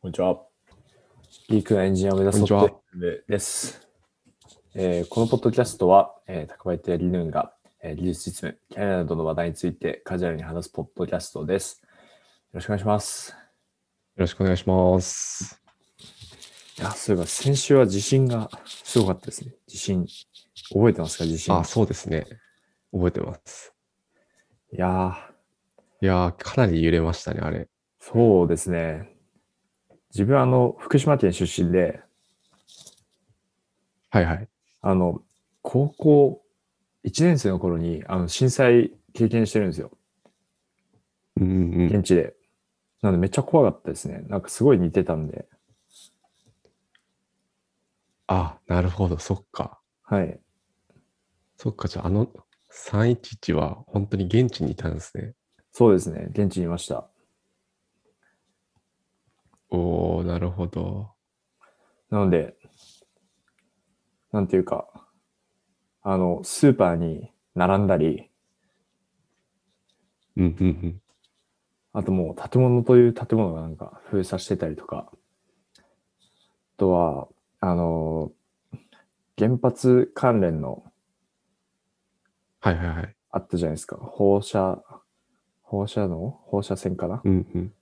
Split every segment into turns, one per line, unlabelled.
こんにちは。
ギークなエンジニアを目指す
こんにちは
ソフト
でです。
ウェアえーこのポッドキャストは、えー、高林やリヌーンが、えー技術実務、キャリアなどの話題についてカジュアルに話すポッドキャストです。よろしくお願いします。
よろしくお願いします。
いや、そういえば先週は地震がすごかったですね。地震。覚えてますか地震。
あ、そうですね。覚えてます。
いやー、
いやー、かなり揺れましたね、あれ。
そうですね。自分はあの、福島県出身で、
はいはい。
あの、高校1年生の頃にあの震災経験してるんですよ。
うんうんうん。
現地で。なのでめっちゃ怖かったですね。なんかすごい似てたんで。
あ、なるほど、そっか。
はい。
そっか、じゃあ、あの311は本当に現地にいたんですね。
そうですね。現地にいました。
おおなるほど。
なので、なんていうか、あの、スーパーに並んだり、
うんうんうん。
あともう建物という建物がなんか封鎖してたりとか、あとは、あの、原発関連の
はいはいはい。
あったじゃないですか。放射、放射能放射線かな
うんうん。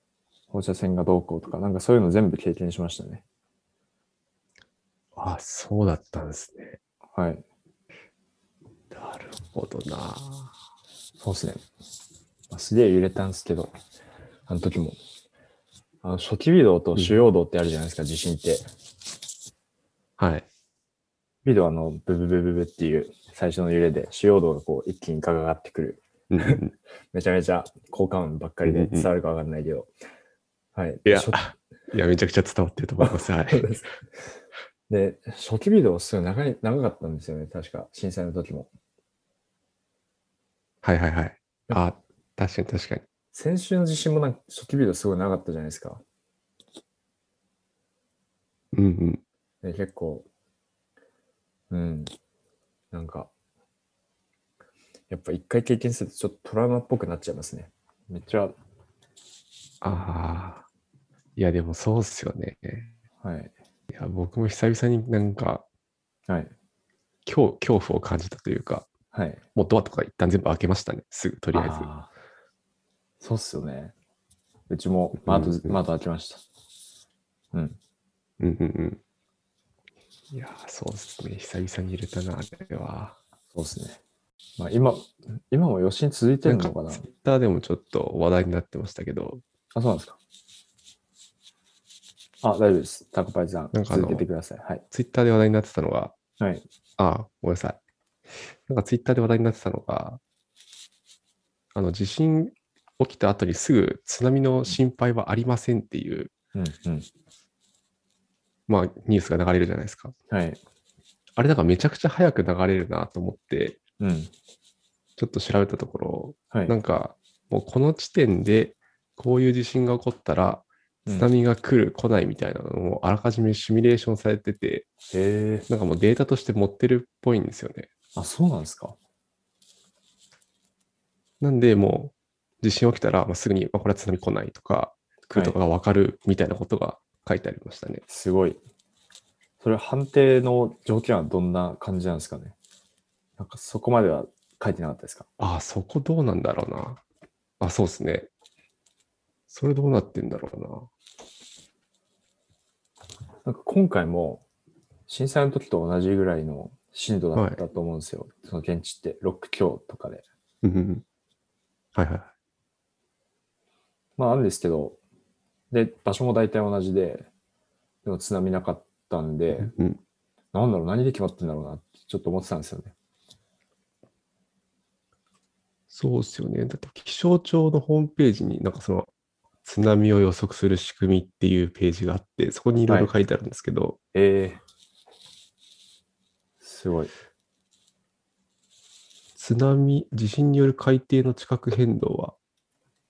放射線がどうこうとか、なんかそういうの全部経験しましたね。
あ、そうだったんですね。
はい。
なるほどな。
そうですね。まあすげえ揺れたんですけど、あの時も。あの初期微動と主要動ってあるじゃないですか、地震って。
はい。
微動はあの、ブブブブブっていう最初の揺れで、主要動がこう一気にガガガってくる。
うんうん、
めちゃめちゃ効果音ばっかり
うん
で
うんうん
伝わるかわかんないけど。はい。
いや
初、
いや、めちゃくちゃ伝わってると思い ます。はい。
で、初期微動すごい長い長かったんですよね、確か。震災の時も。
はいはいはい。あ、確かに確かに。
先週の地震もなんか初期微動すごい長かったじゃないですか。
うんうん。
で結構、うん、なんか、やっぱ一回経験するとちょっとトラウマっぽくなっちゃいますね。めっちゃ、は
ああ。いや、でもそうっすよね。
い、
いや、僕も久々になんか、
はい、
恐恐怖を感じたというか、
はい。
もうドアとか一旦全部開けましたね。すぐ、と
と
りあえず。
そうっすよね。うちも
うんうん
窓、窓開きました。うん。
うんうんうん。いやー、そうですね。久々に入れたな、あれは。
そうっすね。まあ今、今も余震続いてるのかな
ツイッターでもちょっと話題になってましたけど、
あ、そうなんですか。あ、大丈夫です。タコパイさん、
なんかあの
続けてください。はい。
ツイッターで話題になってたのが、
はい。
あ、ごめんなさい。なんかツイッターで話題になってたのが、あの、地震起きた後にすぐ津波の心配はありませんっていう、
うん、うん。
まあ、ニュースが流れるじゃないですか。
はい。
あれなんかめちゃくちゃ早く流れるなと思って、
うん。
ちょっと調べたところ、
はい。
なんかもうこの地点でこういう地震が起こったら、
うん
津波が来る、来ないみたいなのもあらかじめシミュレーションされてて、
へえ。
なんかもうデータとして持ってるっぽいんですよね。
あ、そうなんですか。
なんで、もう地震起きたら、まあ、すぐに、まあ、これは津波来ないとか、来るとかが分かるみたいなことが書いてありましたね。
すごい。それ判定の条件はどんな感じなんですかねなんかそこまでは書いてなかったですか
ああ、そこどうなんだろうな。あ、そうですね。それどうなってんだろうな。
なんか今回も震災の時と同じぐらいの震度だったと思うんですよ。その現地って6強とかで。
うんうん。はいはい。
まああるんですけど、で、場所も大体同じで、でも津波なかったんで、
うん、
なんだろう、何で決まってんだろうなってちょっと思ってたんですよね。
そうですよね。だって気象庁のホームページになんかその津波を予測する仕組みっていうページがあって、そこにいろいろ書いてあるんですけど、
ええすごい。
津波、地震による海底の地殻変動は、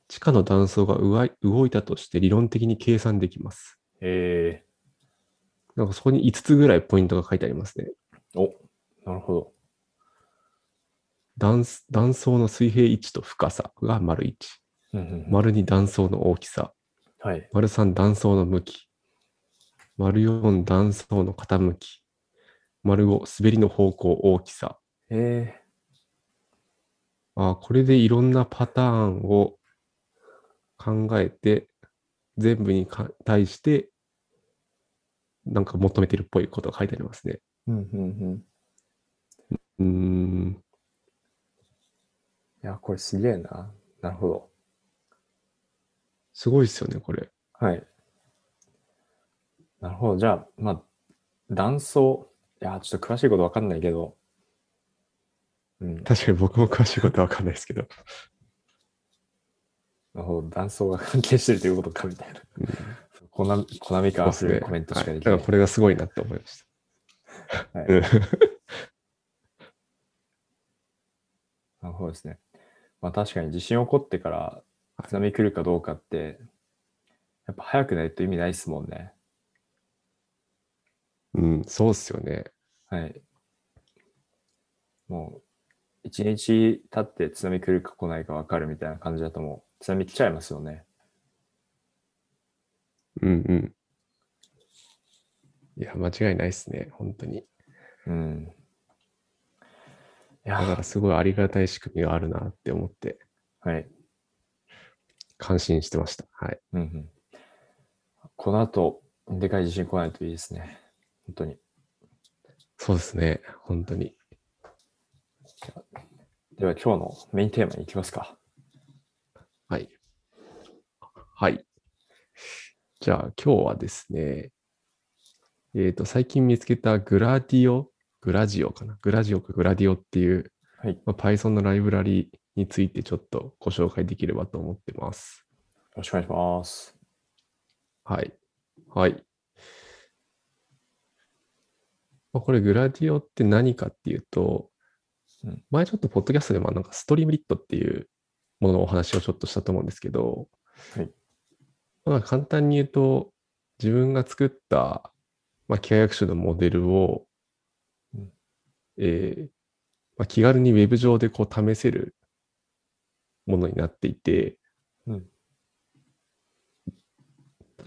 地下の断層が動い動いたとして理論的に計算できます。
え
なんかそこに5つぐらいポイントが書いてありますね。
えお、なるほど。
断す断層の水平位置と深さが丸1、
うんうんうん
丸2断層の大きさ、
はい。
丸3断層の向き、丸4断層の傾き、丸5滑りの方向大きさ。
ええ
あーこれでいろんなパターンを考えて、全部にか対して、なんか求めてるっぽいことが書いてありますね。
うんうんうん。
うーん、
いや、これすげえな。なるほど。
すごいですよね、これ。
はい。なるほど。じゃあ、まあ、断層。いや、ちょっと詳しいことわかんないけど。うん。な
確かに僕も詳しいことはわかんないですけど。
るほど。断層が関係してるということか、みたいな。コナコナミか、
そうですね
コメントしか
はい
でき
だか
ない。
らこれがすごいなって思いました。
はい
うん
なるほどですね。まあ確かに地震起こってから津波来るかどうかって、やっぱ早くないと意味ないですもんね。
うん、そうっすよね。
はい。もう、一日経って津波来るか来ないか分かるみたいな感じだともう津波来ちゃいますよね。
うんうん。いや、間違いないっすね、本当に。
うん。い
だから
や、
すごいありがたい仕組みがあるなって思って、
はい。
感心してました。はい。
うんうん。この後、でかい地震来ないといいですね。本当に。
そうですね、本当に。
では今日のメインテーマに行きますか。
はい。はい。じゃあ、今日はですね、えっ、と、最近見つけたグラディオ、グラジオかな、グラジオかグラディオっていう、
はい。
まあ、Python のライブラリについてちょっとご紹介できればと思ってます。
よろしくお願いします。
はい。はい。まあ、これ、グラディオって何かっていうと
うん、
前ちょっとポッドキャストでもなんかストリームリットっていうもののお話をちょっとしたと思うんですけど、
はい
まあ簡単に言うと、自分が作った、まあ、機械学習のモデルを
うん、
えーまあ、気軽にウェブ上でこう試せるものになっていて、例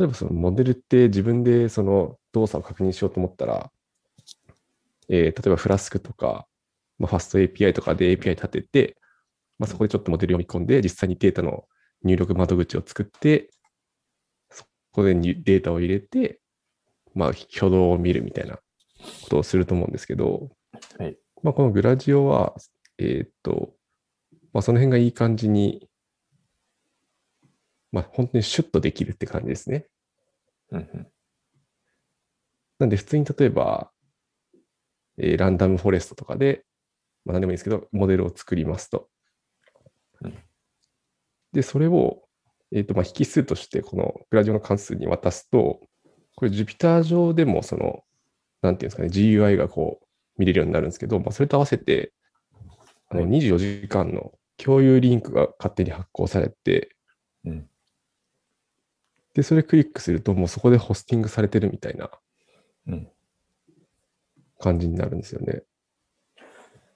えばそのモデルって自分でその動作を確認しようと思ったら、えー例えばフラスクとか、まあ、ファスト API とかで API 立てて、まあ、そこでちょっとモデル読み込んで、実際にデータの入力窓口を作って、そこでにデータを入れて、まあ、挙動を見るみたいなことをすると思うんですけど、
はい
まあ、このグラジオは、えーっと、まあ、その辺がいい感じに、まあ、本当にシュッとできるって感じですね。
うんうん。
なんで普通に例えば、えーランダムフォレストとかで、まあ、何でもいいですけど、モデルを作りますと
うん。
で、それを、えーとまあ、引数として、このグラジオの関数に渡すと、これ Jupyter 上でも、その、なんていうんですかね、GUI がこう見れるようになるんですけど、まあ、それと合わせて、あの
はい
24時間の共有リンクが勝手に発行されて、
うん
で、それクリックすると、もうそこでホスティングされてるみたいな
うん。
感じになるんですよね。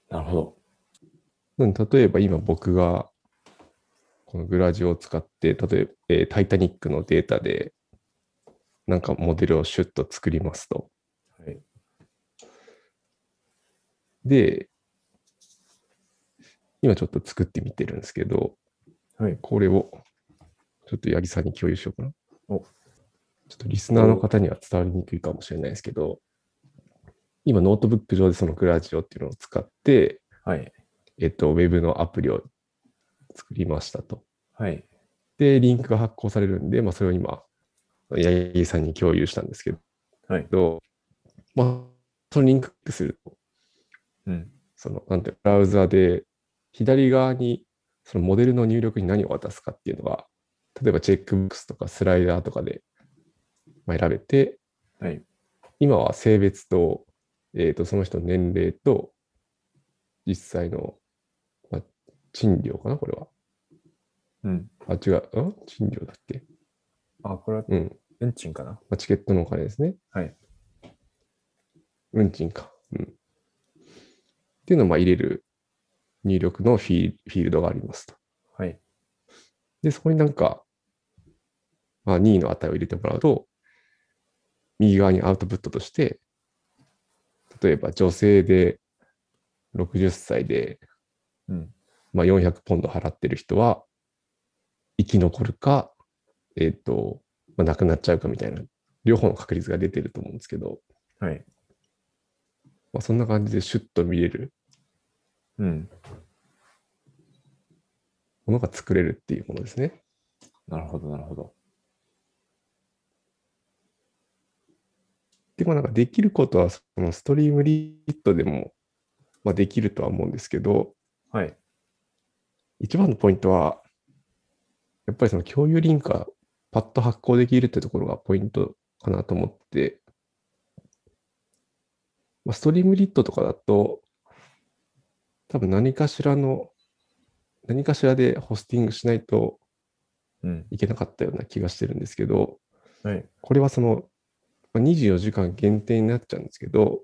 なるほど。
なんで例えば今僕がこのグラジオを使って、例えば、えータイタニックのデータでなんかモデルをシュッと作りますと。
はい。
で、今ちょっと作ってみてるんですけど、
はい
これをちょっと八木さんに共有しようかな。
お
ちょっとリスナーの方には伝わりにくいかもしれないですけど、今ノートブック上でそのグラジオっていうのを使って、
はい。
えっと、ウェブのアプリを作りましたと。
はい。
で、リンクが発行されるんで、まあ、それを今、八木さんに共有したんですけど、
はい
まあ、そのリンクすると、
うん。
その、なんていうのブラウザで、左側に、そのモデルの入力に何を渡すかっていうのが、例えばチェックボックスとかスライダーとかで、まあ、選べて、
はい。
今は性別と、えっ、と、その人の年齢と、実際の、まあ、賃料かな、これは。
うん。
あ、違う、ん賃料だっけ
あ、これは
うん。
運賃かな
まあ、チケットのお金ですね。
はい。
運賃か。うん。っていうのをまあ入れる入力のフィーフィールドがありますと。
はい。
で、そこになんか、まあ、任意の値を入れてもらうと、右側にアウトプットとして、例えば女性で60歳で、
うん
まあ、400ポンド払ってる人は、生き残るか、えっ、と、まあ、亡くなっちゃうかみたいな、両方の確率が出てると思うんですけど、
はい。
まあ、そんな感じでシュッと見れる
うん。
ものが作れるっていうものですね。
なるほど、なるほど。
でもなんかできることは、そのストリームリットでも、まあ、できるとは思うんですけど、
はい。
一番のポイントは、やっぱりその共有リンクがパッと発行できるってところがポイントかなと思ってて、まあ、ストリームリットとかだと、多分何かしらの、何かしらでホスティングしないと
うん。
いけなかったような気がしてるんですけど、
はい。
これはそのまあ24時間限定になっちゃうんですけど、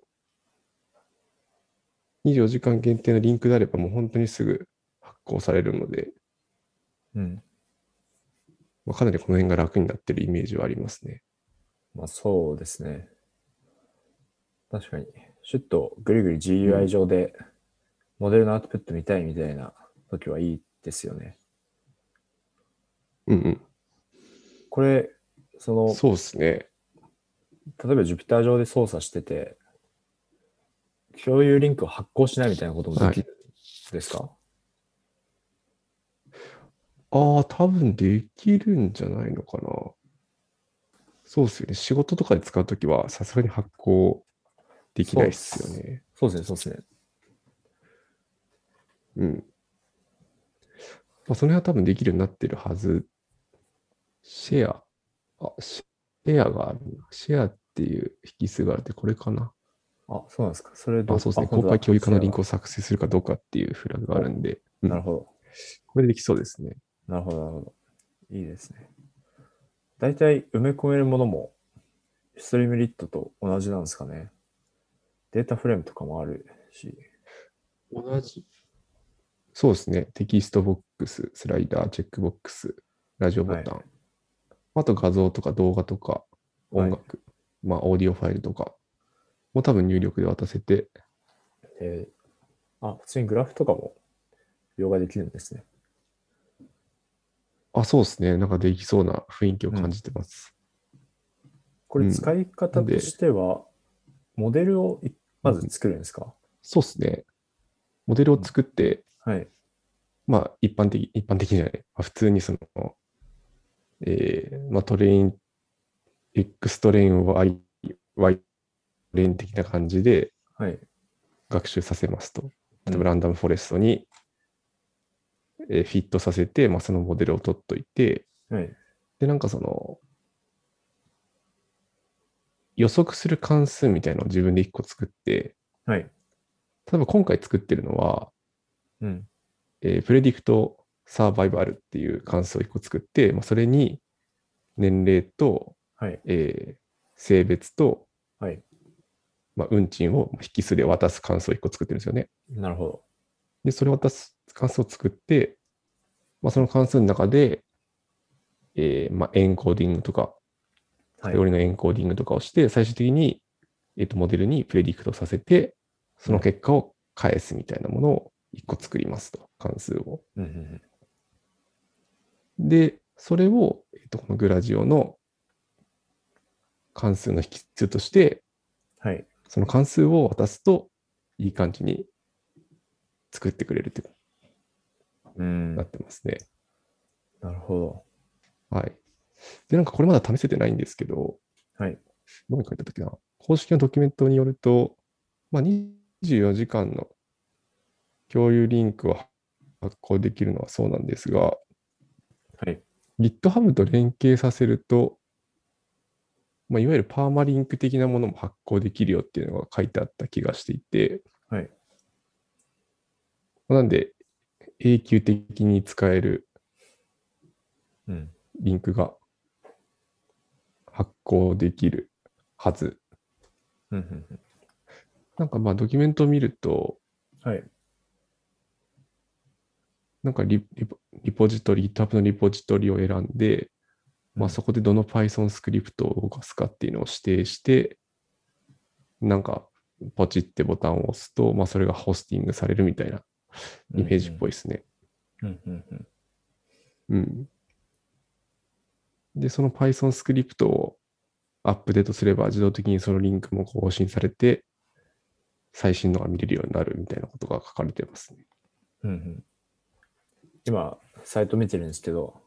24時間限定のリンクであればもう本当にすぐ発行されるので、
うん。
まあ、かなりこの辺が楽になってるイメージはありますね。
まあそうですね。確かに。シュッとぐりぐり GUI 上でモデルのアウトプット見たいみたいな時はいいですよね。
うん
これ、そ
うん。
の、
そうですね。
例えば Jupyter 上で操作してて、共有リンクを発行しないみたいなこともできるんですか、
ああ、多分できるんじゃないのかな。そうですよね。仕事とかで使うときは、さすがに発行できないですよね。
そうですね、そうですね。
うん。まあ、その辺は多分できるようになってるはず。シェア。あ、シェアがあるな。シェアっていう引数があるって、これかな。
あ、そうなんですか。それど
あ、そうですね。
本
公
当だ
開共有化のリンクを作成するかどうかっていうフラグがあるんで、うん
なるほど。
これでできそうですね。
なるほど、なるほど。いいですね。大体埋め込めるものも、ストリームリットと同じなんですかね。データフレームとかもあるし。
同じ。そうですね。テキストボックス、スライダー、チェックボックス、ラジオボタン。
は
あと画像とか動画とか音楽、まあオーディオファイルとかも多分入力で渡せて、
えーあ、普通にグラフとかも描画できるんですね。
あ、そうですね。なんかできそうな雰囲気を感じてます。
これ使い方としては、モデルをいまず作るんですか、
そうですね。モデルを作って、
はい。
まあ一般的、一般的じゃない。まあ、普通にその、えー、まあトレイン、X トレイン、Y、Y トレイン的な感じで、
はい。
学習させますと。例え
うん
ばランダムフォレストに、えーフィットさせて、まあ、そのモデルを取っといて、
はい。
で、なんかその、予測する関数みたいなのを自分で1個作って、
はい。
例えば今回作ってるのは、
うん。
えープレディクトサーバイバルっていう関数を1個作って、まあ、それに年齢と、
はい。
えー性別と、
はい。
まあ、運賃を引数で渡す関数を1個作ってるんですよね。
なるほど。
で、それを渡す関数を作って、まあ、その関数の中で、えーまあ、エンコーディングとか、
はい
カテゴリーのエンコーディングとかをして、最終的に、えっとモデルにプレディクトさせて、その結果を返すみたいなものを1個作りますと、関数を。
うんうんうん。
で、それを、えっとこのグラジオの関数の引数として、
はい。
その関数を渡すと、いい感じに作ってくれるってこと
うん。
に
な
なってますね。
るほど。
はい。で、なんかこれまだ試せてないんですけど、
はい。
どこに書いたときな、公式のドキュメントによると、まあ、24時間の共有リンクを発行できるのはそうなんですが、
はい。
GitHub と連携させると、まあ、いわゆるパーマリンク的なものも発行できるよっていうのが書いてあった気がしていて、
はい
まあなんで、永久的に使える
うん。
リンクが発行できるはず。
うんうんうん。
なんかまあドキュメントを見ると、
はい。
なんかリリポリポジトリ、GitHub のリポジトリを選んで、まあ、そこでどの Python スクリプトを動かすかっていうのを指定して、なんか、ポチってボタンを押すと、まあ、それがホスティングされるみたいなイメージっぽいですね。
うんうんうん。
うん。で、その Python スクリプトをアップデートすれば、自動的にそのリンクも更新されて、最新のが見れるようになるみたいなことが書かれてますね。
うんうん、今、サイト見てるんですけど、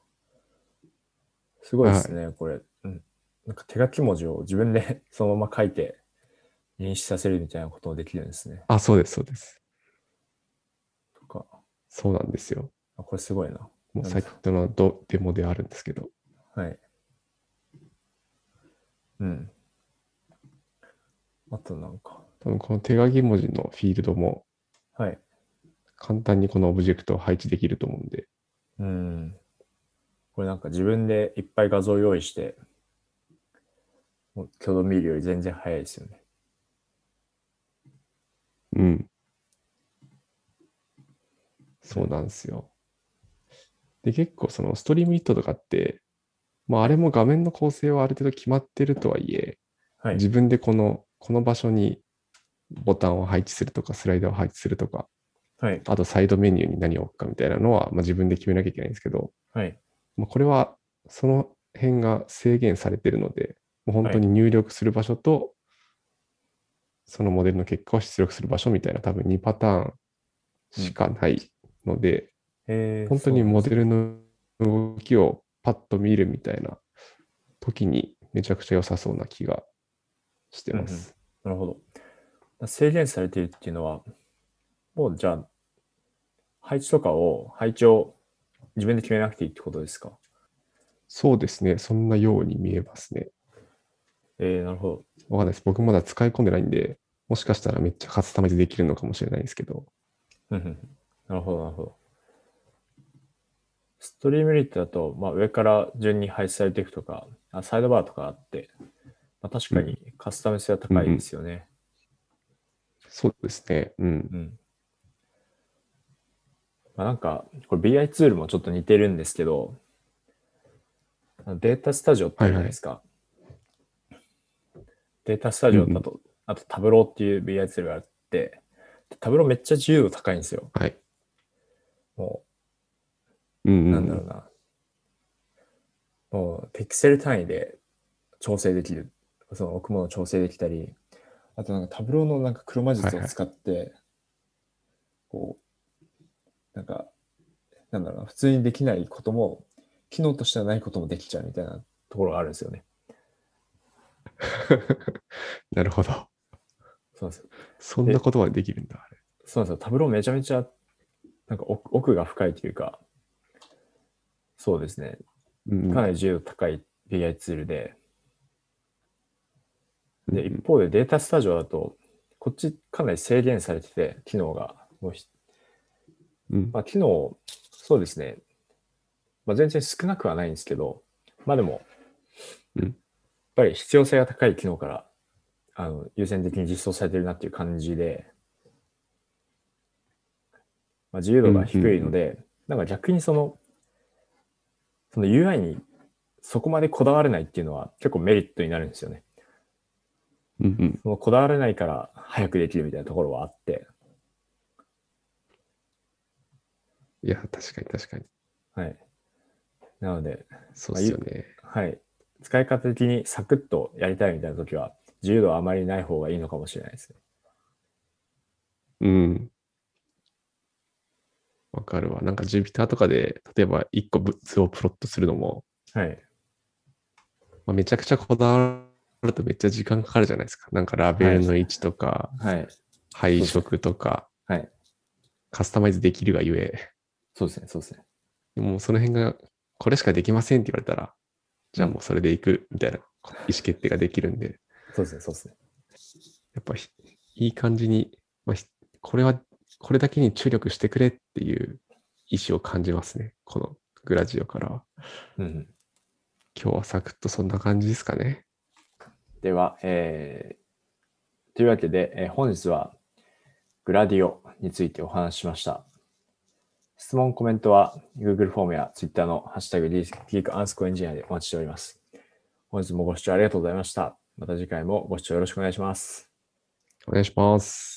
すごいですね、これ、うん。なんか手書き文字を自分で そのまま書いて認識させるみたいなこともできるんですね。
あ、そうです、そうです。
とか、
そうなんですよ。
あこれすごいな。
もう
な
さ
る
っきのドデモであるんですけど。
はい。うん。あとなんか、
多分この手書き文字のフィールドも
はい。
簡単にこのオブジェクトを配置できると思うんで。
うん。これなんか自分でいっぱい画像用意して、もう挙動見るより全然早いですよね。
うん。そうなんですよ。で、結構そのストリームイットとかって、まああれも画面の構成はある程度決まってるとはいえ、
はい。
自分でこの、この場所にボタンを配置するとか、スライダーを配置するとか、
はい。
あとサイドメニューに何を置くかみたいなのは、まあ、自分で決めなきゃいけないんですけど、
はい。
まあ、これはその辺が制限されているので、もう本当に入力する場所と、そのモデルの結果を出力する場所みたいな多分2パターンしかないので、
えー
本当にモデルの動きをパッと見るみたいな時にめちゃくちゃ良さそうな気がしてます。
なるほど。制限されているっていうのは、もうじゃあ、配置とかを、配置を自分で決めなくていいってことですか
そうですね。そんなように見えますね。
えー、なるほど。
わかんないです。僕まだ使い込んでないんで、もしかしたらめっちゃカスタマイズできるのかもしれないですけど。
うんうんうんなるほど、なるほど。ストリームリットだと、まあ、上から順に配置されていくとかあ、サイドバーとかあって、まあ、確かにカスタム性は高いですよね。
そうですね。うん。
うん。まあ、なんか、これ BI ツールもちょっと似てるんですけど、あのデータスタジオってあるじゃないですか。データスタジオだと、あとタブローっていう BI ツールがあって、タブローめっちゃ自由度高いんですよ。
はい。
も
うん
う、
うん、
なんだろうな。もう、ピクセル単位で調整できる。その置くものを調整できたり、あとなんかタブローのなんか黒魔術を使って、こう、なんか、なんだろうな、普通にできないことも、機能としてはないこともできちゃうみたいなところがあるんですよね。
なるほど。
そうなんですよ。
そんなことはできるんだ。あれ
そうなんですよ。タブローめちゃめちゃ、なんか奥奥が深いというか、そうですね。
うん
かなり自由度高い BI ツールで、
うん
で、一方でデータスタジオだと、こっちかなり制限されてて、機能が。もうひ
うん
まあ、機能、そうですね。まあ、全然少なくはないんですけど、まあでも、
うん
やっぱり必要性が高い機能からあの優先的に実装されてるなっていう感じで、まあ、自由度が低いので、なんか逆にその、その UI にそこまでこだわれないっていうのは結構メリットになるんですよね。
うんうん
そのこだわれないから早くできるみたいなところはあって、
いや、確かに確かに。
はい。なので、
そうですよね。
はい。使い方的にサクッとやりたいみたいな時は、自由度はあまりない方がいいのかもしれないですね。
うん。わかるわ。なんか Jupyter とかで、例えば1個図をプロットするのも、
はい。
まあ、めちゃくちゃこだわるとめっちゃ時間かかるじゃないですか。なんかラベルの位置とか、
はい。
配色とか、
はい。
カスタマイズできるがゆえ、
そうですね、そうですね。
もうその辺が、これしかできませんって言われたら、じゃあもうそれでいくみたいな意思決定ができるんで、
そうですね、そうですね。
やっぱひいい感じに、まあ、ひこれは、これだけに注力してくれっていう意思を感じますね。このグラジオからは。
うんうん。
今日はサクッとそんな感じですかね。
では、えー、というわけで、えー本日はグラディオについてお話ししました。質問、コメントは Google フォームや Twitter のハッシュタグ DeepSpeak アンスコエンジニアでお待ちしております。本日もご視聴ありがとうございました。また次回もご視聴よろしくお願いします。
お願いします。